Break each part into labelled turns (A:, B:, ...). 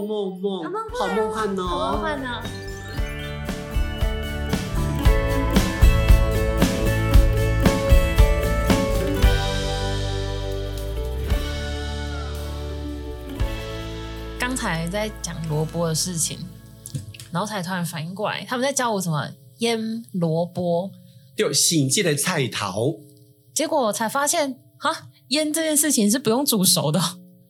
A: 好梦
B: 好梦幻哦！
A: 好梦幻呢。
C: 刚才在讲萝卜的事情，然后才突然反应过来，他们在教我怎么腌萝卜，
B: 就醒记的菜头，
C: 结果我才发现，哈，腌这件事情是不用煮熟的，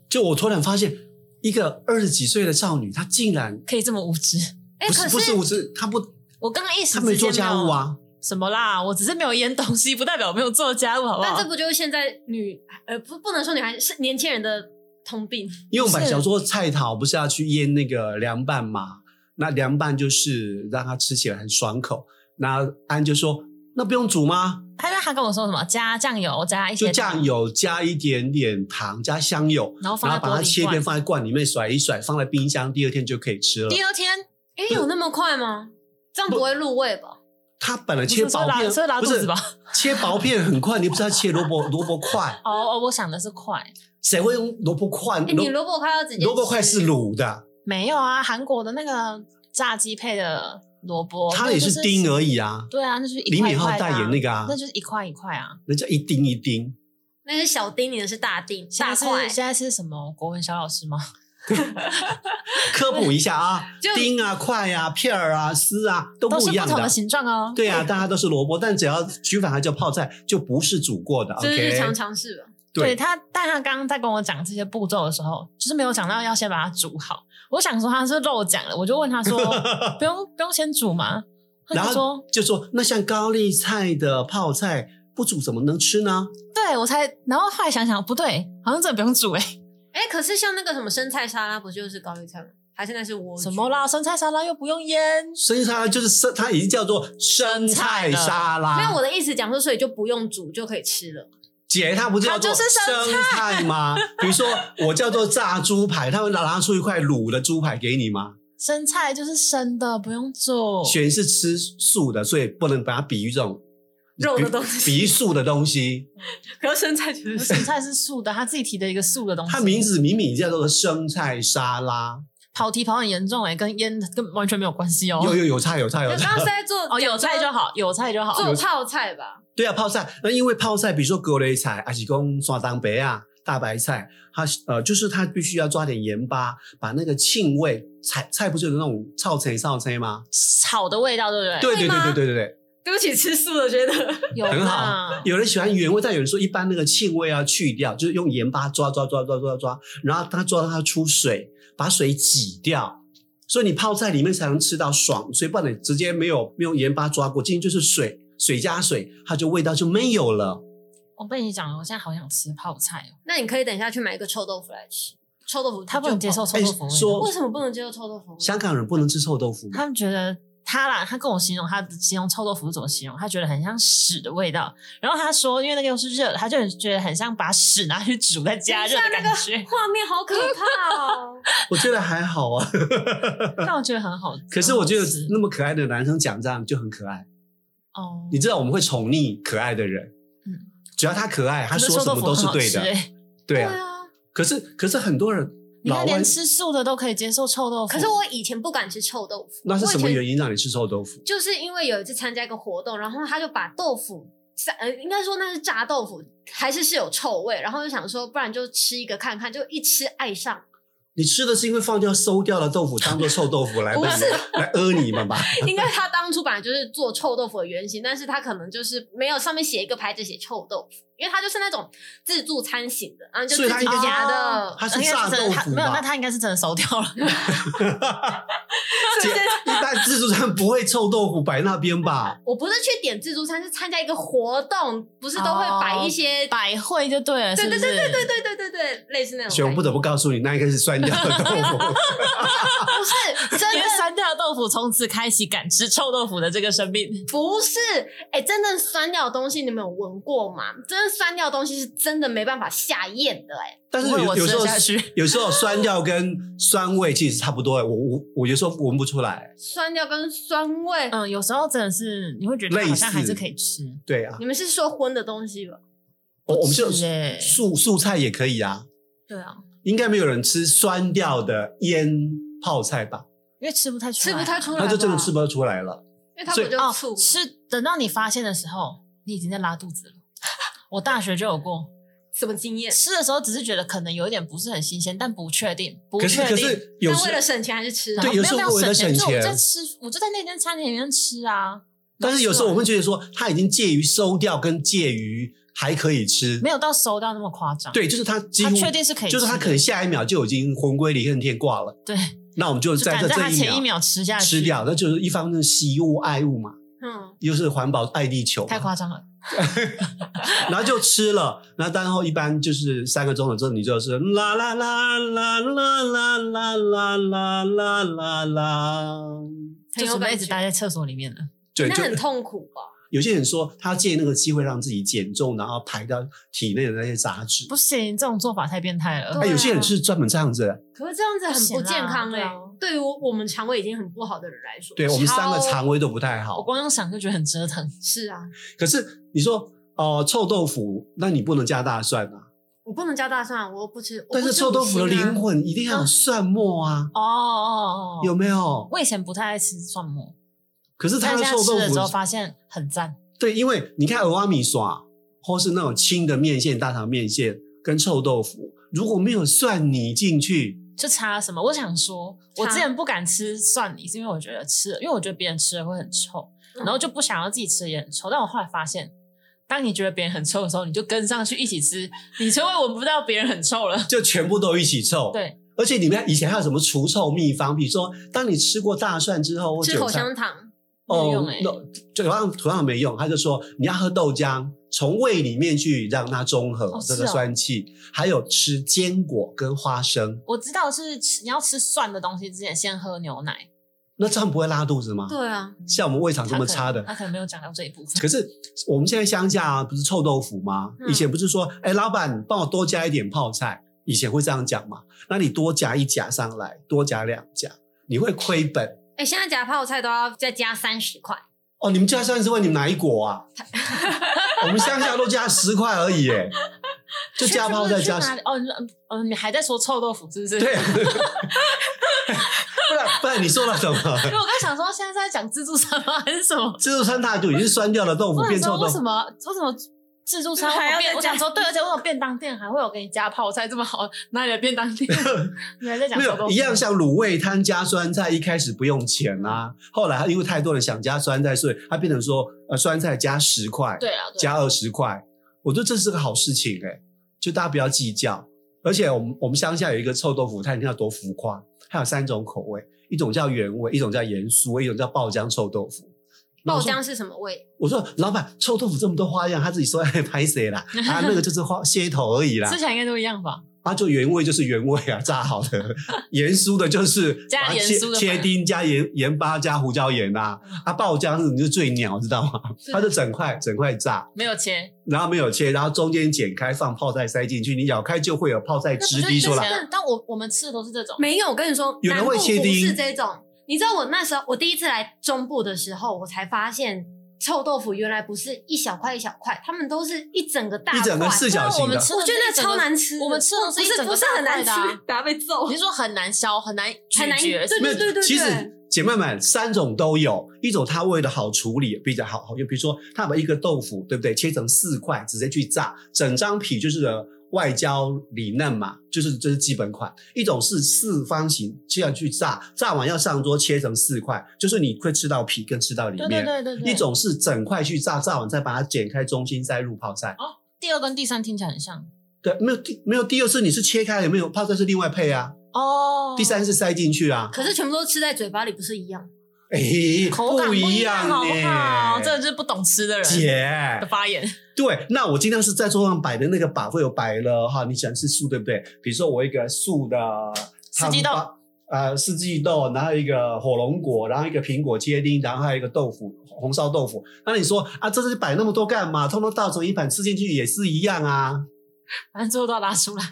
B: 就我突然发现，一个二十几岁的少女，她竟然
C: 可以这么无知。
A: 哎，
B: 不
A: 可
B: 是不是
C: 啊
B: 无知，她不
C: 我刚刚一时
B: 她
C: 之间
B: 没做家务
C: 没有，
B: 啊，
C: 什么啦？我只是没有腌东西，不代表我没有做家务，好不
A: 但
C: 好
A: 这？不就是现在女呃不不能说女孩子是年轻人的通病？
B: 因为我们小时候菜头不是要去腌那个凉拌嘛，那凉拌就是让它吃起来很爽口。那安就说：“那不用煮吗？
C: 他他跟我说什么？加酱油，加一些
B: 就酱，油加一点点糖，加香油，
C: 然后放
B: 然
C: 在
B: 后把
C: 玻
B: 它
C: 璃
B: 切片
C: 罐。
B: 放在罐里面甩一甩，放在冰箱，第二天就可以吃了。
C: 第二天
A: 哎，有那么快吗？这样不会入味吧？
B: 它本来切
C: 不是
B: 薄片
C: 是拉，
B: 不
C: 是拉肚
B: 是
C: 子吧？
B: 切薄片很快，你不是要切萝卜萝卜 块？
C: 哦哦，我想的是快，
B: 谁会用萝卜块？
A: 哎，你
B: 萝
A: 萝卜块要直接
B: 萝卜块
A: 吃
B: 是卤的，
C: 没有啊，韩国的那个炸鸡配的萝卜，
B: 它也
C: 哦那就是
B: 丁而已啊。
C: 对啊，那就是一
B: 李
C: 块
B: 敏
C: 一块
B: 镐
C: 的啊
B: 代言那个啊
C: 那，就是一块一块啊。
B: 人家一丁一丁。
A: 那是小丁，你的是大丁
C: 现
A: 大
C: 在是
A: 块。
C: 现在是什么国文小老师吗？
B: 科普一下啊
A: 就，
B: 丁啊、块啊、片儿啊、丝啊都
C: 都
B: 不
C: 是
B: 一
C: 不
B: 样
C: 同的形状哦。
B: 对啊，大家都是萝卜，但只要举反它叫泡菜，就不是煮过的。
A: 这是日
B: OK，
A: 常常试吧。
C: 对
B: 对，
C: 他，但他刚刚在跟我讲这些步骤的时候，就是没有讲到要先把它煮好。我想说他是漏讲了，我就问他 说：“不用不用先煮吗？”他
B: 然
C: 就
B: 后
C: 说
B: 就说那像高丽菜的泡菜不煮怎么能吃呢？：“
C: 对我才。”然后后来想想不对，好像真的不用煮哎、
A: 哎，可是像那个什么生菜沙拉，不就是高丽菜吗？还是那是莴苣
C: 什么？啦？生菜沙拉又不用腌，
B: 生菜沙拉就是生，它已经叫做生菜沙拉。
A: 没有，我的意思讲说，所以就不用煮就可以吃了。
B: 姐她不是叫做
C: 它就是生
B: 生菜吗？比如说我叫做炸猪排，他会拿拿出一块卤的猪排给你吗？
C: 生菜就是生的，不用煮。
B: 璇是吃素的，所以不能把它比喻这种
A: 肉的东西
B: 比比喻素的东西。
A: 可是生菜绝对
C: 生菜是素的，他自己提的一个素的东西。
B: 它名字明明叫做生菜沙拉，
C: 跑题跑很严重哎、跟腌跟完全没有关系哦。
B: 有有有菜有菜有
A: 刚刚是
B: 菜，
A: 在做
C: 哦，有菜就好，有菜就好。
A: 做泡菜吧，
B: 对啊，泡菜。那因为泡菜，比如说格雷菜，还是讲刷当白啊、大白菜，它呃就是它必须要抓点盐巴，把那个沁味菜菜不就有那种炒菜炒菜吗？
C: 草的味道，对不对？
B: 对
A: 会
B: 对
A: 吗
B: 对对对对对，
A: 对不起，吃素的觉得
C: 有
B: 很
C: 啦
B: 好。有人喜欢原味，但有人说一般那个沁味要去掉，就是用盐巴抓抓抓抓抓抓，然后它抓到它出水，把水挤掉。所以你泡在里面才能吃到爽，所以不然你直接没有没有盐巴抓过，进去就是水，水加水，它就味道就没有了。
C: 我被你讲了，我现在好想吃泡菜哦。
A: 那你可以等一下去买一个臭豆腐来吃。臭豆腐
C: 他不能接受臭
B: 哎
C: 豆腐味，
B: 说
A: 为什么不能接受臭豆腐？
B: 香港人不能吃臭豆腐吗？
C: 他们觉得他啦，他跟我形容他形容臭豆腐是怎么形容，他觉得很像屎的味道。然后他说，因为那个又是热的，他就很觉得很像把屎拿去煮再加热的感觉。
A: 画面好可怕 哦！
B: 我觉得还好啊，
C: 但我觉得很好，
B: 可是我觉得
C: 很好吃
B: 那么可爱的男生讲这样就很可爱。
C: 哦，
B: 你知道我们会宠溺可爱的人，
C: 嗯
B: 只要他可爱，他
C: 可是
B: 说什
C: 臭
B: 么
C: 豆腐
B: 都是
C: 很好
B: 对的，
C: 吃欸
B: 对啊。
A: 啊，
B: 可是可是很多人
C: 你
B: 老
C: 看，
B: 外
C: 连吃素的都可以接受臭豆腐，
A: 可是我以前不敢吃臭豆腐，
B: 那是什么
A: 因？
B: 原因让你吃臭豆腐？
A: 就是因为有一次参加一个活动，然后他就把豆腐。呃，应该说那是炸豆腐，还是是有臭味，然后就想说，不然就吃一个看看，就一吃爱 上。
B: 你吃的是因为放掉馊掉的豆腐当做臭豆腐来
A: 不
B: 来
A: 是
B: 来讹你们吧？
A: 应该他当初本来就是做臭豆腐的原型，但是他可能就是没有上面写一个牌子写臭豆腐，因为他就是那种自助餐型的，然后就
B: 所以
A: 自
B: 他啊
A: 己
B: 应该是
A: 夹的
C: 哦。
B: 它是
C: 应该
B: 炸
C: 真的
B: 豆
C: 它
B: 腐
C: 没有，
B: 吧
C: 那他应该是真的熟掉了。
B: 姐一般自助餐不会臭豆腐摆那边吧？
A: 我不是去点自助餐，是参加一个活动，不是都会摆一些，
C: 百汇就对了，
A: 对
C: 是
A: 对
C: 不哦
A: 对
C: 是
A: 对对对对对对，类似那种感觉。
B: 熊不得不告诉你，那应该是酸掉的豆腐。
A: 不是真
C: 因
A: 的
C: 为酸掉豆腐从此开启敢吃臭豆腐的这个生命。
A: 不是，哎、真正酸掉的东西你们有闻过吗？真正酸掉的东西是真的没办法下咽的、哎，
B: 但是
C: 不会
B: 有
C: 我
B: 有
C: 吃
B: 时
C: 得
B: 候
C: 下去
B: 有时候酸掉跟酸味其实差不多，我我我有时候闻不出来。
A: 酸掉跟酸味，
C: 嗯，有时候真的是你会觉得它好像还是可以吃。
B: 对啊，
A: 你们是说荤的东西吧？
B: 我我们就是
C: 哎，
B: 素素菜也可以啊，
C: 对啊，
B: 应该没有人吃酸掉的腌泡菜吧，
C: 因为吃不太出
A: 吃
C: 来啊，
A: 不太出来吧，
B: 那就真的吃不出来了。
A: 因为它
B: 所
A: 不
B: 以
A: 就
C: 哦
A: 醋，，
C: 吃等到你发现的时候，你已经在拉肚子了。我大学就有过，
A: 什么经验？
C: 吃的时候只是觉得可能有点不是很新鲜，但不确定，不
B: 可是
C: 确
B: 可
C: 定。
B: 是有
A: 那
B: 时
A: 为了省钱还是吃啊？
B: 对有时候
C: 没有
B: 为了
C: 省
B: 省
C: 就我
B: 钱
C: 在吃，我就在那间餐厅里面吃啊。
B: 但是有时候我们觉得说，它已经介于收掉跟介于还可以吃
C: 没，有到熟到那么夸张，，
B: 对，就是它几
C: 他
B: 乎
C: 确定是可以吃
B: 就
C: 的，
B: 是它可能下一秒就已经魂归离恨天挂了，
C: 对，
B: 那我们就
C: 就
B: 在
C: 赶
B: 这
C: 在他
B: 这
C: 前一
B: 秒
C: 秒吃下去，
B: 吃掉，那就是一方面惜物爱物嘛，
A: 嗯，
B: 又是环保爱地球嘛，
C: 太夸张了。
B: 然后就吃了，然后然后一般就是三个钟头之后，你就是啦啦啦啦啦啦啦啦啦啦啦啦，
A: 很
C: 就
A: 有
C: 准备一
A: 感
C: 直
A: 觉，
C: 待在厕所里面了，
B: 对，
A: 那
B: 就
A: 很痛苦吧？
B: 有些人说他借那个机会让自己减重，然后排掉体内的那些杂质
C: 不。行，这种做法太变态了。
A: 对
B: 哎，有些
A: 啊
B: 人是专门这样子的，
A: 可是这样子
C: 不
A: 很
C: 行
A: 不健
C: 啦
A: 康
C: 对
A: 哎、
C: 啊
A: 对于我们肠胃已经很不好的人来说，
B: 对我们三个
A: 超
B: 肠胃都不太
C: 我
B: 好。
C: 光用想就觉得很折腾，
A: 是啊，
B: 可是你说哦、呃臭豆腐，那你不能加大蒜啊。
A: 我不能加大蒜，我又不吃。我
B: 但
A: 不
B: 是
A: 吃
B: 臭
A: 五
B: 豆腐的
A: 星啊
B: 灵魂一定要有蒜末啊，
C: 哦哦哦，
B: 有。没有？
C: 我以前不太爱吃蒜末，
B: 可是它
C: 但
B: 的
C: 现在
B: 臭
C: 吃
B: 豆
C: 了之后
B: 腐
C: 发现很赞。
B: 对，因为你看俄阿米耍，或是那种轻的面线、大肠面线跟臭豆腐，如果没有蒜泥进去，
C: 就差什么？我想说，我
A: 差
C: 之前不敢吃蒜泥，是因为我觉得吃了，因为我觉得别人吃了会很臭，
A: 嗯
C: 然后就不想要自己吃的也很臭。但我后来发现，当你觉得别人很臭的时候，你就跟上去一起吃，你就会闻不到别人很臭了。
B: 就全部都一起臭。，
C: 对，
B: 而且里面以前还有什么除臭秘方，比如说当你吃过大蒜之后，或
A: 吃口
B: 韭菜
A: 香糖，
C: 没
B: 哦
C: 用欸，
B: 那就好像同样没用，他就说你要喝豆浆，从胃里面去让它中和
C: 哦
B: 这
C: 是
B: 个
C: 哦
B: 酸气，还有吃坚果跟花生，
C: 我知道是吃你要吃蒜的东西之前先喝牛奶。
B: 那这样不会拉肚子吗？
A: 对啊，
B: 像我们胃肠这么差的，
C: 他可能他可能没有讲到这一部分。
B: 可是我们现在乡下、啊、不是臭豆腐吗？
A: 嗯
B: 以前不是说，哎，老板帮我多加一点泡菜，以前会这样讲嘛？那你多夹一夹上来，多夹两夹，你会亏本
A: 哎、现在夹泡菜都要再加三十块，
B: 哦。你们加三十块，你们哪一国啊？ 我们乡下都加十块而已，哎， 就加泡菜
C: 去
B: 加
C: 哪里哦，你说嗯嗯，你还在说臭豆腐是不是？
B: 对， 不然 不然你说了什么？
C: 因为我刚想说，现在是在讲自助餐吗？ 还是什么？
B: 自助餐它就已经酸掉了豆腐
C: 我
B: 变
C: 想
B: 臭豆
C: 说，为什
B: 腐，
C: 么为什么自助餐
A: 还要
C: 会变？
A: 再
C: 我
A: 加
C: 想说，对，而且为什么便当店还会有给你加泡菜这么好？哪里的便当店？你还在讲
B: 没
C: 臭豆
B: 有
C: 腐？
B: 一样，像卤味摊加酸菜，一开始不用钱啊，后来因为太多人想加酸菜，所以它变成说呃酸菜加十块，
C: 对啊，对啊
B: 加二十块，我觉得这是个好事情哎、就大家不要计较。而且我们我们乡下有一个臭豆腐摊，你看多浮夸，它有三种口味，一种叫原味，一种叫盐酥味，一种叫爆浆臭豆腐。
A: 爆
B: 然后
A: 浆是什么味？
B: 我说，我说老板，臭豆腐这么多花样，他自己说哎拍谁 啦？啊，那个就是花噱头而已啦
C: 吃。起来应该都一样吧？
B: 啊，就原味就是原味啊，炸好的， 盐酥的就是
C: 加
B: 把它
C: 盐
B: 切
C: 酥的
B: 切
C: 粉
B: 丁加盐盐巴加胡椒盐啊，啊爆浆是你是最鸟知道吗？它就整块整块炸，
C: 没有切，
B: 然后没有切，然后中间剪开放泡菜塞进去，你咬开就会有泡菜汁滴出
C: 那
B: 来。
C: 些但我我们吃的都是这种，
A: 没有，我跟你说，
B: 有人会切
A: 南部不
B: 丁
A: 是这种。你知道我那时候，我第一次来中部的时候，我才发现臭豆腐原来不是一小块一小块，他们都是一整个大块，啊
B: 一整个四角
C: 我
B: 形的
C: 们，吃的
A: 我觉得超难吃的。
C: 我们吃的
A: 不
C: 是一
A: 是
C: 整个
A: 不是很
C: 大块
A: 难
C: 的啊
A: 吃，等下被揍
C: 你。是说很难消，很难
A: 很难
C: 咀嚼，
A: 对
C: 是不
B: 没有
C: 是
A: 对对
B: 其
A: 对
B: 实姐妹们三种都有，一种它为了好处理比较好，好就比如说它把一个豆腐对不对切成四块，直接去炸，整张皮就是呃外焦里嫩嘛，就是这、是基本款。一种是四方形这样去炸，炸完要上桌切成四块，就是你会吃到皮跟吃到里面。
C: 对对对对对，
B: 一种是整块去炸，炸完再把它剪开，中心塞入泡菜。
C: 第二跟第三听起来很像
B: 对，没有第没有第二次你是切开了没有？泡菜是另外配啊，
C: 哦。
B: 第三是塞进去啊。
A: 可是全部都吃在嘴巴里，不是一样？
B: 哎、
C: 口感
B: 一
C: 一
B: 样
C: 好不好？
B: 呢
C: 这就是不懂吃的人
B: 姐
C: 的，发言。
B: 对，那我今天是在桌上摆的那个把会有摆了哈，你喜欢吃素对不对？比如说我一个素的
C: 四季豆
B: 汉堡，呃，四季豆，然后一个火龙果，然后一个苹果切丁，然后还有一个豆腐，红烧豆腐。那你说啊，这是摆那么多干嘛？通通倒成一盘吃进去也是一样啊！
C: 反正最后都要拉出 来。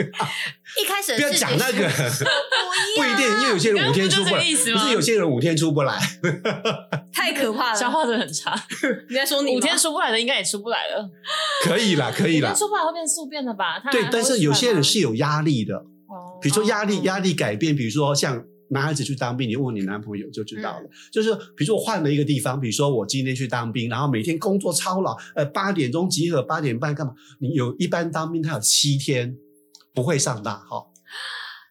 A: 一开始的
B: 不要
A: 视觉
B: 讲那个，不一定，因为有些
C: 刚
B: 人五
C: 刚不
B: 天
C: 啊
B: 出
C: 就这
B: 不
C: 个
B: 来，
C: 意思
B: 不
C: 吗？
B: 是有些人五天出不来。
A: 太可怕
C: 消
A: 了。
C: 化的很差，
A: 你在说你
C: 五
A: 吗
C: 天出不来的应该也出不来了，
B: 可以啦，可
C: 五
B: 以啦
C: 天。出不来会变宿便的吧？它
B: 对
C: 还，
B: 但
C: 会
B: 是
C: 出
B: 有
C: 来
B: 些人
C: 吗
B: 是有压力的，
C: 哦
B: 比如说压力
A: 哦
B: 压力改变，比如说像男孩子去当兵，你问你男朋友就知道了。就是比如说我换了一个地方，比如说我今天去当兵，然后每天工作超劳，呃，八点钟集合，八点半干嘛？你有一般当兵他有七天不会上大号，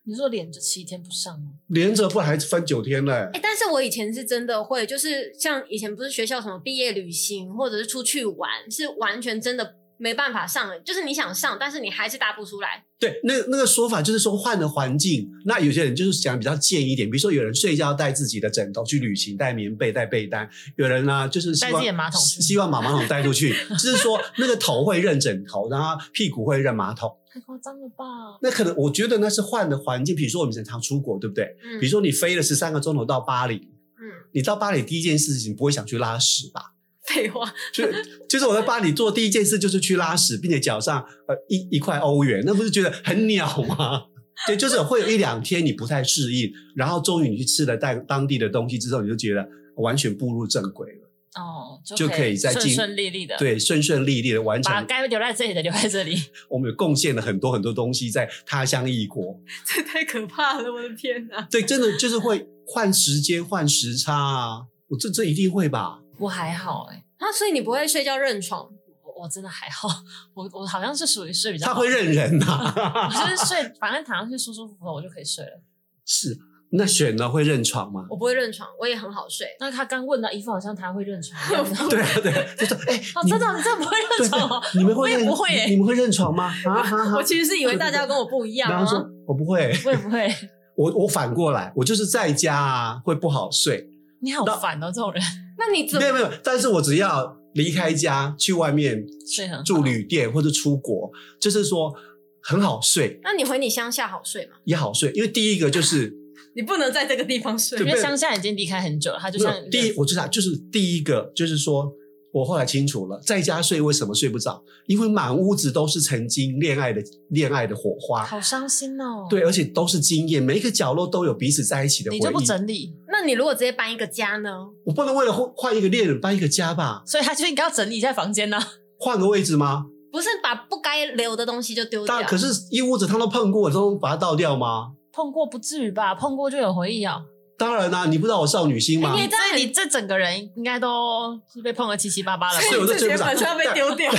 C: 你说连着七天不上吗？
B: 连着不还分九天嘞、
A: 哎、但是我以前是真的会，就是像以前不是学校什么毕业旅行，或者是出去玩，是完全真的没办法上的，就是你想上，但是你还是答不出来。
B: 对，那那个说法就是说换了环境，那有些人就是讲比较贱一点，比如说有人睡觉带自己的枕头去旅行，带棉被、带被单；有人呢、就是希
C: 带自
B: 望
C: 己的马桶去
B: 希望把马桶带出 去，就是说那个头会认枕头，然后屁股会认马桶。
C: 太夸张了吧？
B: 那可能我觉得那是换的环境，比如说我们常常出国，对不对？
A: 嗯，
B: 比如说你飞了十三个钟头到巴黎，
A: 嗯，
B: 你到巴黎第一件事情不会想去拉屎吧？
A: 废话，
B: 就就是我在巴黎做第一件事就是去拉屎，并且脚上呃一一块欧元，那不是觉得很鸟吗？ 对，就是会有一两天你不太适应，然后终于你去吃了当当地的东西之后，你就觉得完全步入正轨了，
C: 哦，
B: 就可以再
C: 顺
B: 进
C: 顺利利的，，
B: 对，顺顺利利的完
C: 把
B: 成。
C: 该留在这里的留在这里。
B: 我们有贡献了很多很多东西在他乡异国，
A: 这 太可怕了，我的天哪！
B: 对，真的就是会换时间换时差啊，我这这一定会吧？
C: 我还好哎、
A: 啊，所以你不会睡觉认床？
C: 我我真的还好， 我我好像是属于睡比较
B: 他
C: 好，
B: 会认人啊呐、
C: 我就是睡，反正躺上去舒舒服服，我就可以睡了。
B: 是，那选了会认床 吗？
A: 我不会认床，我也很好睡。
C: 那他刚问到一副好像他会认床一样的，
B: 对啊，对啊，就说哎，
C: 哦，
B: 你
C: 真的，你真的不会认
B: 对
C: 床哦？
B: 你们会
C: 我也
B: 认
C: 不会耶
B: 你们会认床 吗？啊啊 啊！
A: 我其实是以为大家跟我不一样
B: 然后
A: 啊
B: 说。，我不会，
C: 我也不会，
B: 我我反过来，我就是在家啊，会不好睡。
C: 你好烦哦，这种人
A: 那你怎
B: 没
A: 么
B: 有没有，但是我只要离开家，去外面
C: 睡很好
B: 住旅店或者出国，就是说很好睡，
A: 那你回你乡下好睡吗？
B: 也好睡，因为第一个就是
A: 你不能在这个地方睡
B: 对
C: 因为乡下已经离开很久了， 他就像
B: 没有第一，我知道，就是第一个就是说。我后来清楚了，在家睡为什么睡不着？因为满屋子都是曾经恋爱的恋爱的火花，
C: 好伤心哦。
B: 对，，而且都是经验，每一个角落都有彼此在一起的回
C: 你
B: 忆。
C: 就不整理，
A: 那你如果直接搬一个家呢？
B: 我不能为了换换一个恋人搬一个家吧？
C: 所以他就应该要整理一下房间呢、
B: 换个位置吗？
A: 不是把不该留的东西就丢
C: 啊
A: 掉
B: 但？可是一屋子他都碰过，都把它倒掉吗？
C: 碰过不至于吧？碰过就有回忆啊、
B: 当然啦、你不知道我少女心吗？
A: 哎你也
C: 嗯所以你这整个人应该都是被碰得七七八八了吧
B: 所以我哎就睡不着
A: 这些本身要被丢掉。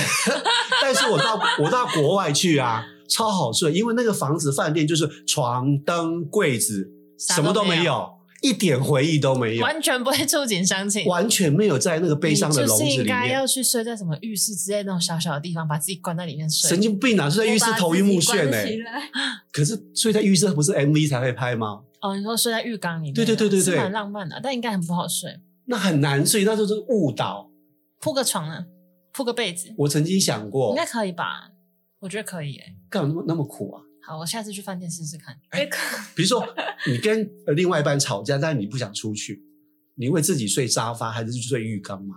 B: 但 是我到我到国外去啊，超好睡，因为那个房子饭店就是床、灯、柜子
C: 啥
B: 什么
C: 都
B: 都没有，一点回忆都没有，
C: 完全不会触景伤情。
B: 完全没有在那个悲伤的笼
C: 你就是
B: 子
C: 应
B: 里
C: 该
B: 面。
C: 要去睡在什么浴室之类那种小小的地方，把自己关在里面睡
B: 神。经病啊！睡在浴室头晕目眩呢、
A: 哎。
B: 欸可是睡在浴室不是 MV 才会拍吗？
C: 哦，你说睡在浴缸里面啊，
B: 对对对对对
C: 是蛮浪漫的，但应该很不好睡。
B: 那很难睡，那就是误导。
C: 铺个床呢，铺个被子，
B: 我曾经想过
C: 应，该可以吧？我觉得可以诶。
B: 干嘛那么那么苦啊？
C: 好，我下次去饭店试试看。
A: 也可
B: 比如 说你跟呃另外一半吵架，但你不想出去，你会自己睡沙发还是去睡浴缸嘛？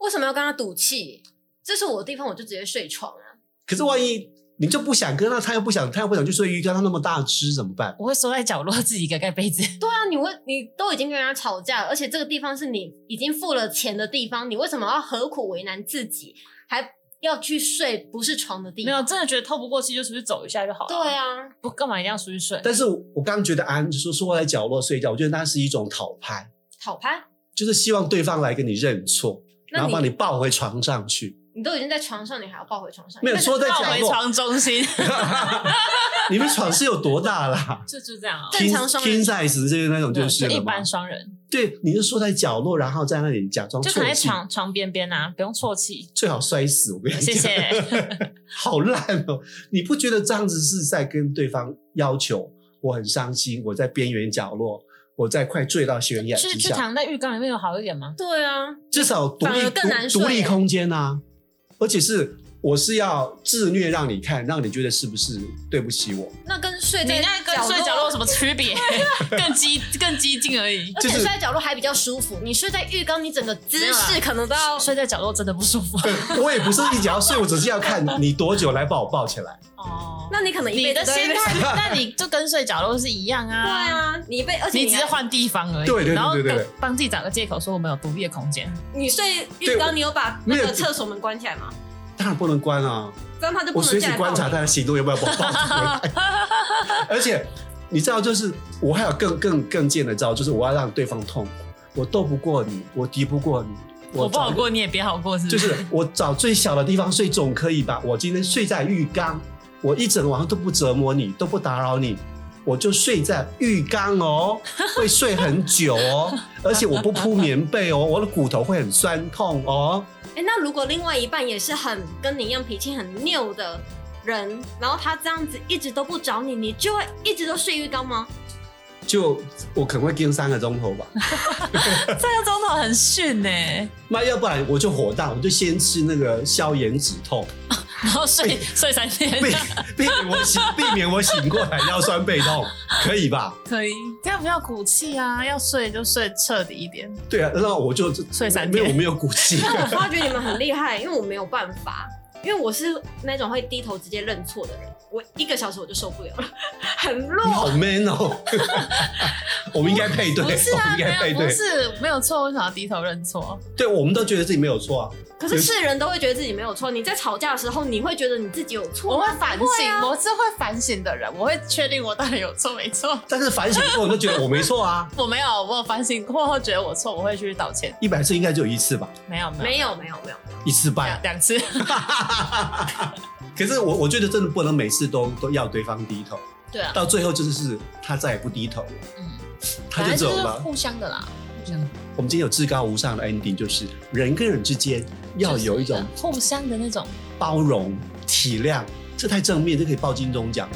A: 为什么要跟他赌气？这是我的地方，我就直接睡床啊。
B: 可是万一你就不想跟他，他又不想，他又不想去睡浴缸，他那么大只怎么办？
C: 我会缩在角落自己一个盖被子。
A: 对啊，你为你都已经跟人家吵架了，而且这个地方是你已经付了钱的地方，你为什么要何苦为难自己，还要去睡不是床的地
C: 没
A: 方？
C: 有，真的觉得透不过气就出去走一下就好了。
A: 对，啊，
C: 不干嘛一定要出去睡？
B: 但是我我刚觉得安说说在角落睡觉，我觉得那是一种讨拍，
A: 讨拍。
B: 就是希望对方来跟你认错，然
A: 那
B: 后把
A: 你
B: 你抱回床上去。
A: 你都已经在床上，你还要抱回床上？
B: 没有
A: 那
B: 说在
C: 抱
B: 角
C: 回
B: 落，
C: 床中心，
B: 你们床是有多大啦？
C: 就就这样啊。
A: 正常
B: King-
A: 双
B: king
A: 人
B: size 就是那种就是啊
C: 一
B: 了嘛
C: 般。双人，
B: 对，你就缩在角落，然后在那里假装
C: 就躺
B: 啜
C: 在
B: 泣，
C: 床床边边啊，不用啜泣。
B: 最好摔死。我跟你讲，
C: 谢谢。
B: 好烂哦！你不觉得这样子是在跟对方要求？我很伤心，我在边缘角落，我在快坠到悬崖
C: 去
B: 之
C: 去
B: 下。
C: 躺在浴缸里面有好一点吗？
A: 对啊，
B: 至少独
A: 反
B: 立
A: 而更难
B: 独
A: 睡
B: 独立
A: 耶
B: 空间啊，而且是我是要自虐让你看，让你觉得是不是对不起我？
A: 那跟睡
C: 你
A: 在
C: 那跟睡角落有什么区 别？更激更激进而已。
A: 而且
B: 就是
A: 睡在角落还比较舒服，你睡在浴缸，你整个
C: 没
A: 姿
C: 有啦啊
A: 势可能都要啊
C: 睡在角落真的不舒服。
B: 我也不是一直要睡，我只是要看你多久来把我抱起来。
C: 哦，
A: 那你可能一
C: 你
A: 辈
C: 的
A: 子都
C: 心
A: 在
C: 态， 那你就跟睡角落是一样啊。
A: 对。啊，你一辈而且
C: 你只是
A: 还
C: 换地方而已，
B: 对对对对
C: 然后
B: 对对
C: 帮自己找个借口说我们有独立的空间，
A: 你睡浴
B: 对我
A: 缸，你有把那
B: 没有
A: 个厕所门关起来吗？
B: 当然不能关啊，
A: 这样他就不
B: 我
A: 能
B: 随
A: 进
B: 时
A: 来
B: 观察
A: 泡
B: 他
A: 你
B: 的行动要不要把我抱起来。而且你知道，就是我还有更更更贱的招，就是我要让对方痛苦。我斗不过你，我敌不过你，
C: 我不
B: 找
C: 好过，你也别好过，是不
B: 就是我找最小的地方睡总可以吧？我今天睡在浴缸，我一整晚上都不折磨你，都不打扰你，我就睡在浴缸哦，会睡很久哦，而且我不铺棉被哦，我的骨头会很酸痛哦。
A: 哎、那如果另外一半也是很跟你一样脾气很拗的人，然后他这样子一直都不找你，你就会一直都睡浴缸 吗？
B: 就我可能会盯三个钟头吧，
C: 这个钟头很逊呢、
B: 那要不然我就火大，我就先吃那个消炎止 痛，
C: 然 后睡睡三天
B: 避避免我 醒避免我醒过来腰酸背痛，可以吧？
C: 可以，这样比较骨气啊，要睡就睡彻底一点。
B: 对啊，那我就
C: 睡三
B: 没
C: 天
B: 有我没有骨 气。
A: 但我发觉你们很厉害，因为我没有办法，因为我是那种会低头直接认错的人，我一个小时我就受不了了， 很
B: 你
A: 弱。
B: 好 man 哦！ 我们应该配对，
D: 不是
B: 我
D: 啊，
B: 们应该
D: 没
B: 配
D: 有，不
B: 对。
D: 是没有错，为什么要低头认错？
B: 对，我们都觉得自己没有错啊。
A: 可是世人都会觉得自己没有错，你在吵架的时候，你会觉得你自己有错
D: 我
A: 吗，
D: 会反
A: 会
D: 省，
A: 啊
D: 我是会反省的人，我会确定我到底有错没错。
B: 但是反省过后，我都觉得我没错啊。
D: 我没有，我有反省过后觉得我错，我会去道歉。
B: 一百次应该就有一次吧，
D: 没有，没有，
A: 没有没有没有，
B: 一次半
D: 两。两次。
B: 可是我我觉得真的不能每次都都要对方低头，
D: 对啊，
B: 到最后就是他再也不低头了，
D: 嗯，
B: 他
D: 本
B: 就
D: 来
B: 走
D: 是
B: 了。
D: 互相的啦，互相的
B: 我们今天有至高无上的 ending，就是人跟人之间要有一种
D: 互相的那种。
B: 包容、体谅，这太正面，这可以报金钟奖。